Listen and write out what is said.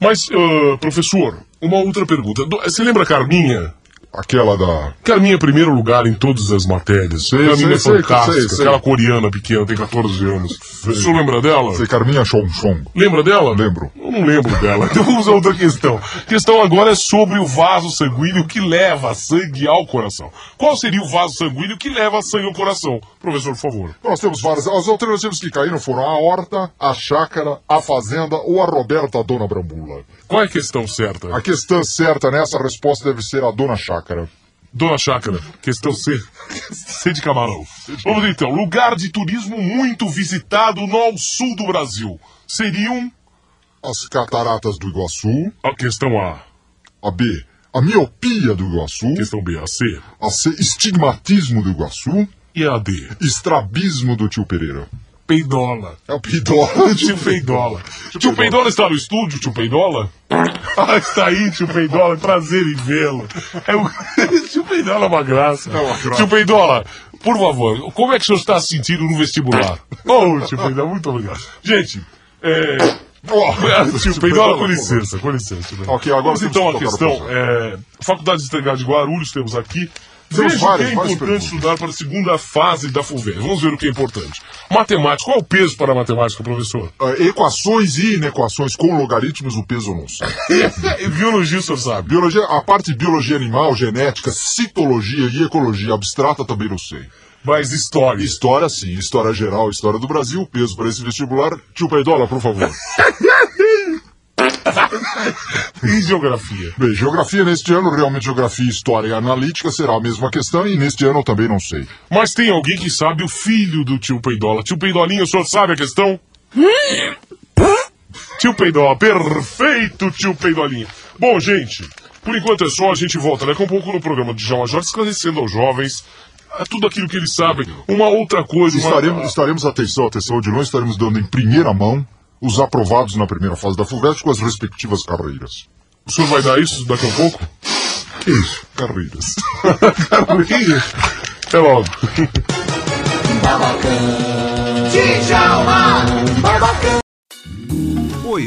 Mas, ah, professor, uma outra pergunta. Do- Você lembra a Carminha? Aquela da. Carminha, é primeiro lugar em todas as matérias. Sei, a menina é sei, sei, fantástica, sei, sei. aquela coreana pequena, tem 14 anos. O senhor lembra dela? Você Carminha um Chong Chong. Lembra dela? Lembro. Eu não lembro dela. Então vamos a outra questão. A questão agora é sobre o vaso sanguíneo que leva sangue ao coração. Qual seria o vaso sanguíneo que leva sangue ao coração? Professor, por favor. Nós temos várias. As alternativas que caíram foram a horta, a chácara, a fazenda ou a Roberta Dona Brambula. Qual é a questão certa? A questão certa nessa resposta deve ser a Dona Chácara. Dona Chácara, questão C. C de camarão. Vamos então. Lugar de turismo muito visitado no sul do Brasil. Seriam As cataratas do Iguaçu. a questão A, A B. A miopia do Iguaçu. questão B, a C A C. Estigmatismo do Iguaçu. e a D. Estrabismo do tio Pereira. Peidola. É o pidola. Tio Peidola. Tio Peidola está no estúdio, tio Peidola? Ah, está aí, tio Peidola. Prazer em vê-lo. É um- Tio Peidola é uma graça. uma graça. Tio Peidola, por favor, como é que o senhor está se sentindo no vestibular? Oh, tio Peidola, muito obrigado. Gente, é... Oh, tio Peidola, Tipo, com licença, com licença. tio Peidola. Ok, agora Mas então temos a que questão tocar é... Faculdade de Estregado de Guarulhos temos aqui. Temos Veja o que várias, é várias importante perguntas. estudar para a segunda fase da FUVER. Vamos ver o que é importante. Matemática, qual é o peso para a matemática, professor? Ah, equações e inequações com logaritmos, o peso eu não sei. Biologia, o senhor sabe. Biologia, a parte de biologia animal, genética, citologia e ecologia abstrata também não sei. Mas história. História sim, história geral, história do Brasil, peso para esse vestibular. Tio Paidola, por favor. E geografia. Bem, geografia neste ano, realmente geografia, história e analítica será a mesma questão e neste ano eu também não sei. Mas tem alguém que sabe o filho do tio Peidola. Tio Peidolinha, o senhor sabe a questão? Tio Peidola, perfeito, tio Peidolinha. Bom, gente, por enquanto é só, a gente volta daqui a pouco no programa de Djalma Jorge, esclarecendo aos jovens ah, tudo aquilo que eles sabem. Uma outra coisa, uma... Estaremos, estaremos atenção, atenção de nós, estaremos dando em primeira mão os aprovados na primeira fase da FUVEST com as respectivas carreiras. o senhor vai dar isso daqui a pouco? Que isso? Carreiras. Até É logo. Oi,